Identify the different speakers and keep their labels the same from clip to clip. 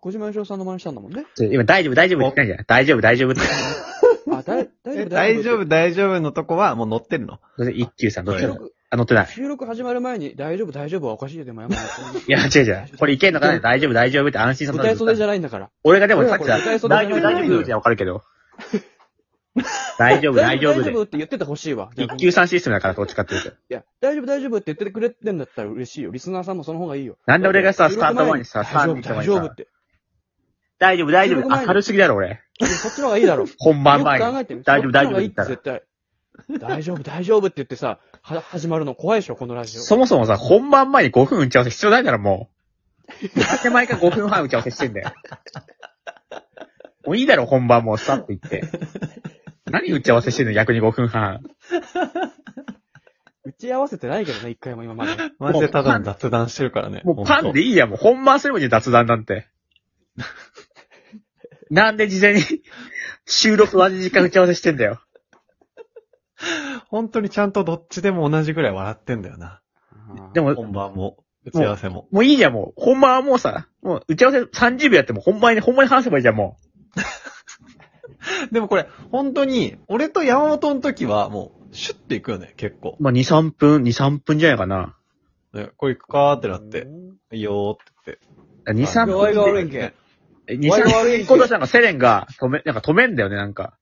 Speaker 1: 小島よしおさんの真似したんだもん ね。
Speaker 2: 今、大丈夫、大丈夫って言ったんじゃない大丈夫、大丈夫って。
Speaker 1: あ、だい大丈
Speaker 3: え
Speaker 1: 夫、
Speaker 3: 大丈夫、
Speaker 1: っ
Speaker 3: 大丈夫のとこはもう乗ってるの。
Speaker 2: どうせ一休さん、どっち
Speaker 1: て収
Speaker 2: だろう
Speaker 1: 録、
Speaker 2: あ、乗ってない。
Speaker 1: 収録始まる前に、大丈夫、大丈夫はおかしいよ、でもやめない。
Speaker 2: いや、違う違う。これいけんのかな大丈夫、大丈夫って安心させ
Speaker 1: 舞
Speaker 2: た
Speaker 1: 台袖じ
Speaker 2: ら。
Speaker 1: ゃないんだから。
Speaker 2: 俺がでもさっき
Speaker 1: いや
Speaker 2: だ、
Speaker 1: これ舞台
Speaker 2: 大
Speaker 1: 袖じ
Speaker 2: 丈夫、大
Speaker 1: ゃない
Speaker 2: 丈夫じゃわか るけど。大丈夫、大丈夫
Speaker 1: 大
Speaker 2: で
Speaker 1: 丈。夫って言っててほしいわ。
Speaker 2: 一休さんシステムだから、どっちかっていうと。
Speaker 1: いや、大丈夫、大丈夫って言っててくれてんだったら嬉しいよ。リスナーさんもその方がいいよ。
Speaker 2: なんで俺がさ、
Speaker 1: 収
Speaker 2: ス
Speaker 1: 録
Speaker 2: タート前にさ、ス
Speaker 1: 大
Speaker 2: ター
Speaker 1: 丈
Speaker 2: ト
Speaker 1: 夫、
Speaker 2: 前
Speaker 1: 大
Speaker 2: に
Speaker 1: 丈夫
Speaker 2: さ
Speaker 1: っ、て。
Speaker 2: 大丈夫、大丈
Speaker 1: 収
Speaker 2: 夫。
Speaker 1: 録前
Speaker 2: あ、
Speaker 1: に
Speaker 2: 軽すぎだろ、俺。
Speaker 1: いやそっちの方がいい だろ。
Speaker 2: 本番前
Speaker 1: よく考
Speaker 2: に
Speaker 1: えてみ。
Speaker 2: 大丈夫、大丈夫って言
Speaker 1: そっち
Speaker 2: った
Speaker 1: の方がいいっ。
Speaker 2: ら
Speaker 1: て絶対。大丈夫、大丈夫って言ってさ、は、始まるの怖いでしょ、このラジオ。
Speaker 2: そもそもさ、本番前に5分打ち合わせ必要ないからもう。だって毎回5分半打ち合わせしてんだよ。もういいだろ、本番もう、スタッと言って。何打ち合わせしてんの、逆に5分半。
Speaker 1: 打ち合わせてないけどね、一回も今まで。
Speaker 3: マジでただの雑談してるからね。
Speaker 2: もうパンで
Speaker 3: い
Speaker 2: いいや、もう本番すればいいよ、雑談な んて。なんで事前に 収録と同じ時間打ち合わせしてんだよ。
Speaker 3: 本当にちゃんとどっちでも同じぐらい笑ってんだよな。
Speaker 2: で
Speaker 1: も、
Speaker 2: も、
Speaker 3: 本番も、打ち合わせも。
Speaker 2: もういいじゃん、もう。本番はもうさ、もう打ち合わせ30秒やっても本番に、本番に話せばいいじゃん、も
Speaker 3: でもこれ、本当に、俺と山本の時はもう、シュッていくよね、結構
Speaker 2: う。。まあ、2、3分、2、3分じゃないかな。
Speaker 3: ねこれ行くかーってなって、。いいよーって
Speaker 2: 2、3分。
Speaker 1: 具合が悪いんけ。
Speaker 2: え、二
Speaker 1: お前
Speaker 2: 三
Speaker 1: が悪いん
Speaker 2: 年
Speaker 1: け
Speaker 2: 今年なんかセレンが止め、なんか止めんだよね、なんか。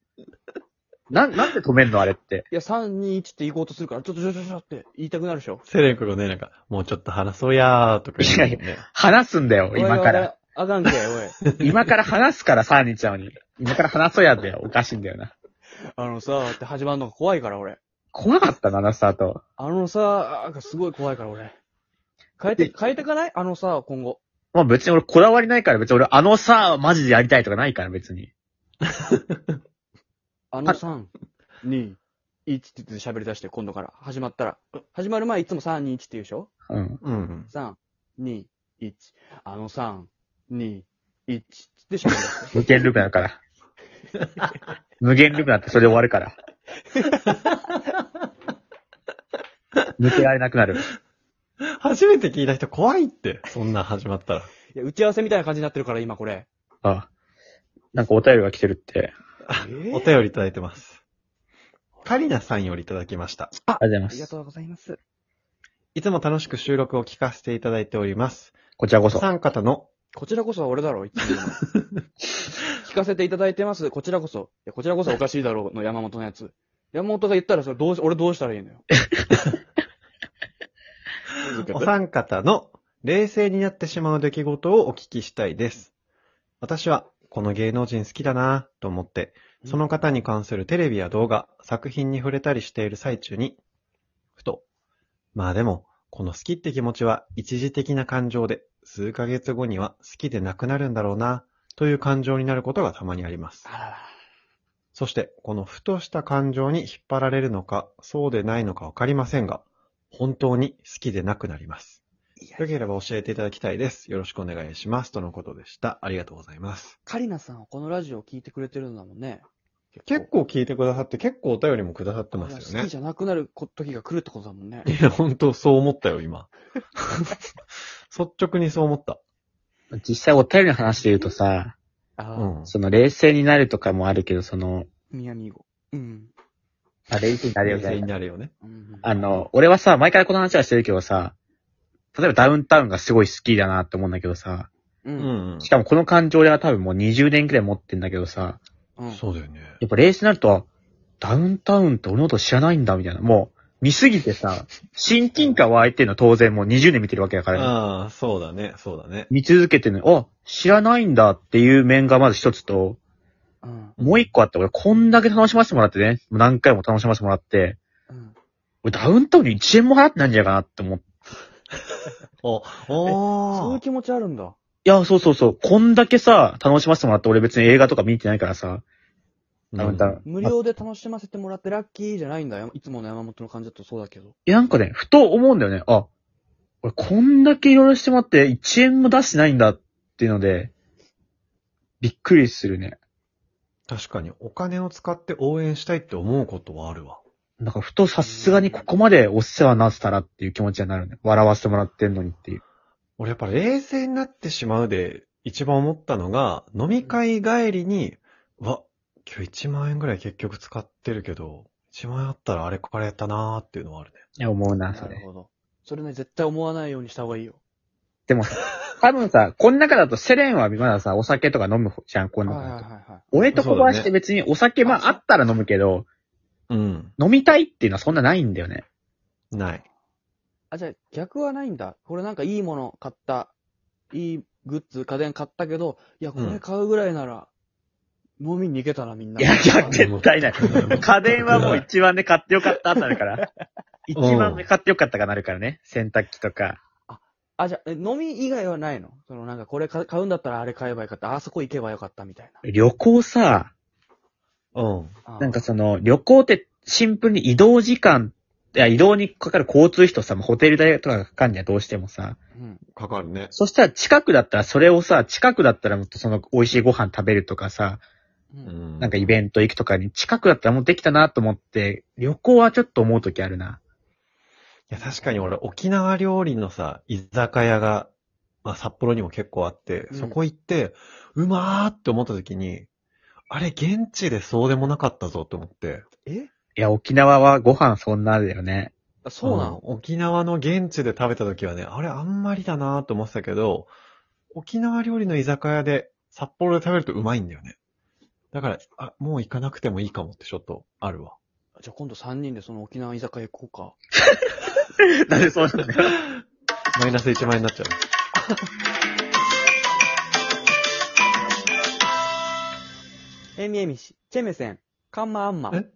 Speaker 2: なん、なんで止めんのあれって。
Speaker 1: いや、3、2、1って行こうとするから、ちょっとちょちょちょって言いたくなるでしょ。
Speaker 3: セレン君がね、なんか、もうちょっと話そうやーとか言うもんね。
Speaker 2: 話すんだよ、今から。。
Speaker 1: あかんけ、おい。
Speaker 2: 今から話すから、サーニーちゃんに。今から話そうやだよ。おかしいんだよな。
Speaker 1: あのさ、って始まるのが怖いから、俺。
Speaker 2: 怖かったな、あのスタート。
Speaker 1: あのさ、がすごい怖いから、俺。変えて、変えてかないあのさ、今後。
Speaker 2: まあ別に俺こだわりないから、別に俺あのさ、マジでやりたいとかないから、別に。
Speaker 1: あの3、2、1って言って喋り出して、今度から。始まったら。始まる前、いつも3、2、1って言うでしょ
Speaker 2: うん。
Speaker 3: うん。
Speaker 1: ?3、2、1。あの3、2、1って喋り出 して。
Speaker 2: 無限ループなるから。無限ループになってそれで終わるから。抜けられなくなる。
Speaker 3: 初めて聞いた人怖いって、そんなん始まったら。
Speaker 1: いや、打ち合わせみたいな感じになってるから、今これ。
Speaker 2: ああ。なんかお便りが来てるって。
Speaker 1: え
Speaker 3: お
Speaker 1: ー
Speaker 3: 便りいただいてます。カリナさんよりいただきました。
Speaker 2: ありがとうご
Speaker 1: あ
Speaker 2: ざい
Speaker 1: り
Speaker 2: ま
Speaker 1: が
Speaker 2: す。
Speaker 1: とうございます。
Speaker 3: いつも楽しく収録を聞かせていただいております。
Speaker 2: こちらこ
Speaker 3: お
Speaker 2: そ。
Speaker 3: 三方の、
Speaker 1: こちらこそは俺だろ、いつも言うの聞かせていただいてます。こちらこそ。いや、こちらこそおかしいだろうの山本のやつ。山本が言ったら、それどうし、俺どうしたらいいのよ。
Speaker 3: お三方の冷静になってしまう出来事をお聞きしたいです。私は、この芸能人好きだなぁと思って、その方に関するテレビや動画、作品に触れたりしている最中に、ふと、まあでも、この好きって気持ちは一時的な感情で、数ヶ月後には好きでなくなるんだろうな、という感情になることがたまにあります
Speaker 1: あ。らら。
Speaker 3: そして、このふとした感情に引っ張られるのか、そうでないのかわかりませんが、本当に好きでなくなります。
Speaker 1: いや
Speaker 3: よければ教えていただきたいです。よろしくお願いします。とのことでした。ありがとうございます。
Speaker 1: カリナさんはこのラジオを聞いてくれてるんだもんね。
Speaker 3: 結構聞いてくださって、結構お便りもくださって
Speaker 1: 構
Speaker 3: ま
Speaker 1: い
Speaker 3: す
Speaker 1: や
Speaker 3: よ
Speaker 1: 好き
Speaker 3: ね
Speaker 1: じ。ゃなくなるこ時が来るってことだもんね。
Speaker 3: いや、本当そう思ったよ、今。 率直にそう思った。
Speaker 2: 実際お便りの話で言うとさ、
Speaker 1: あ
Speaker 3: う
Speaker 1: あ、
Speaker 3: ん。
Speaker 2: その冷静になるとかもあるけど、その、
Speaker 1: ミヤミーゴ。うん。
Speaker 2: あ、冷静になるよ
Speaker 3: 冷
Speaker 2: ね
Speaker 3: 静になるよね。
Speaker 1: うん
Speaker 2: あの、俺はさ、毎回この話はしてるけどさ、例えばダウンタウンがすごい好きだなって思うんだけどさ、
Speaker 1: う。
Speaker 3: うんん、
Speaker 2: しかもこの感情俺は多分もう20年くらい持ってんだけどさ、
Speaker 1: う
Speaker 3: うんん。。そうだよね。
Speaker 2: やっぱ冷静になると、ダウンタウンって俺のこと知らないんだみたいな、もう、見すぎてさ、親近感湧いてるの当然もう20年見てるわけだからね、
Speaker 3: ああ、そうだね、そうだね。
Speaker 2: 見続けてるのに、あ、知らないんだっていう面がまず一つと、
Speaker 1: うん。
Speaker 2: もう一個あって、俺こんだけ楽しませてもらってね、もう何回も楽しませてもらって、
Speaker 1: うん。
Speaker 2: 俺ダウンタウンに1円も払ってないんじゃないかなって思って。
Speaker 3: お、
Speaker 1: そうい
Speaker 3: お
Speaker 1: う気持ちあるんだ。
Speaker 2: いや、そうそうそう。こんだけさ、楽しませてもらって、俺別に映画とか見てないからさ、ダウンタウン。
Speaker 1: 無料で楽しませてもらってラッキーじゃないんだよ。いつもの山本の感じだとそうだけど。
Speaker 2: いや、なんかね、ふと思うんだよね。あ、俺こんだけいろいろしてもらって、1円も出してないんだっていうので、びっくりするね。
Speaker 3: 確かにお金を使って応援したいって思うことはあるわ。
Speaker 2: なんかふとさすがにここまでお世話になってたらっていう気持ちになるね。笑わせてもらってんのにっていう。
Speaker 3: 俺やっぱ冷静になってしまうで、一番思ったのが、飲み会帰りに、うわ、今日1万円ぐらい結局使ってるけど、1万円あったらあれこれやったなーっていうのはあるね。
Speaker 2: いや、思うな、そ
Speaker 1: なる
Speaker 2: れ。
Speaker 1: ほど。それね、絶対思わないようにした方がいいよ。
Speaker 2: でも、多分さ、こん中だとセレンはまださ、お酒とか飲むじゃん、こん
Speaker 1: はい
Speaker 2: な
Speaker 1: はい
Speaker 2: の
Speaker 1: はい
Speaker 2: だと。
Speaker 1: はい。
Speaker 2: 俺と小林っ
Speaker 3: そ
Speaker 2: て
Speaker 3: うだね
Speaker 2: 別にお酒、まああったら飲むけど、
Speaker 3: うん。
Speaker 2: 飲みたいっていうのはそんなないんだよね。
Speaker 3: ない。
Speaker 1: あ、じゃあ逆はないんだ。これなんかいいもの買った、いいグッズ、家電買ったけど、いや、これ買うぐらいなら、飲みに行けたな、みんな。
Speaker 2: いや、いや、
Speaker 1: て
Speaker 2: 絶対ない。家電はもう一番で買ってよかったってなる から。一番で買ってよかったかなるからね。洗濯機とか。
Speaker 1: あ、じゃあ、え飲み以外はないのそのなんかこれか買うんだったらあれ買えばよかった、あそこ行けばよかったみたい
Speaker 2: 旅行さ、
Speaker 3: うん。
Speaker 1: な。
Speaker 2: なんかその、旅行ってシンプルに移動時間、いや、移動にかかる交通費とさ、もうホテル代とかがかかんじゃんどうしてもさ。
Speaker 1: うん。
Speaker 3: かかるね。
Speaker 2: そしたら近くだったら、それをさ、近くだったらもっとその、美味しいご飯食べるとかさ、
Speaker 1: う。
Speaker 3: うんん。
Speaker 2: なんかイベント行くとかに近くだったらもうできたなと思って、旅行はちょっと思うときあるな。
Speaker 3: いや、確かに俺、沖縄料理のさ、居酒屋が、まあ、札幌にも結構あって、
Speaker 1: うん
Speaker 3: そこ行って、うまーって思った時に、あれ、現地でそうでもなかったぞって思って。
Speaker 1: え
Speaker 2: いや、沖縄はご飯そんなだよね。
Speaker 1: あそうなの
Speaker 3: ん沖縄の現地で食べた時はね、あれ、あんまりだなーって思ってたけど、沖縄料理の居酒屋で、札幌で食べるとうまいんだよね。だから、あ、もう行かなくてもいいかもってちょっとあるわ。
Speaker 1: じゃあ今度3人でその沖縄居酒屋行こう
Speaker 2: なんでそうなんだよ。
Speaker 3: マイナス1万円になっちゃう。
Speaker 1: か。えみえみし、チェメセン、カンマアンマ。
Speaker 3: え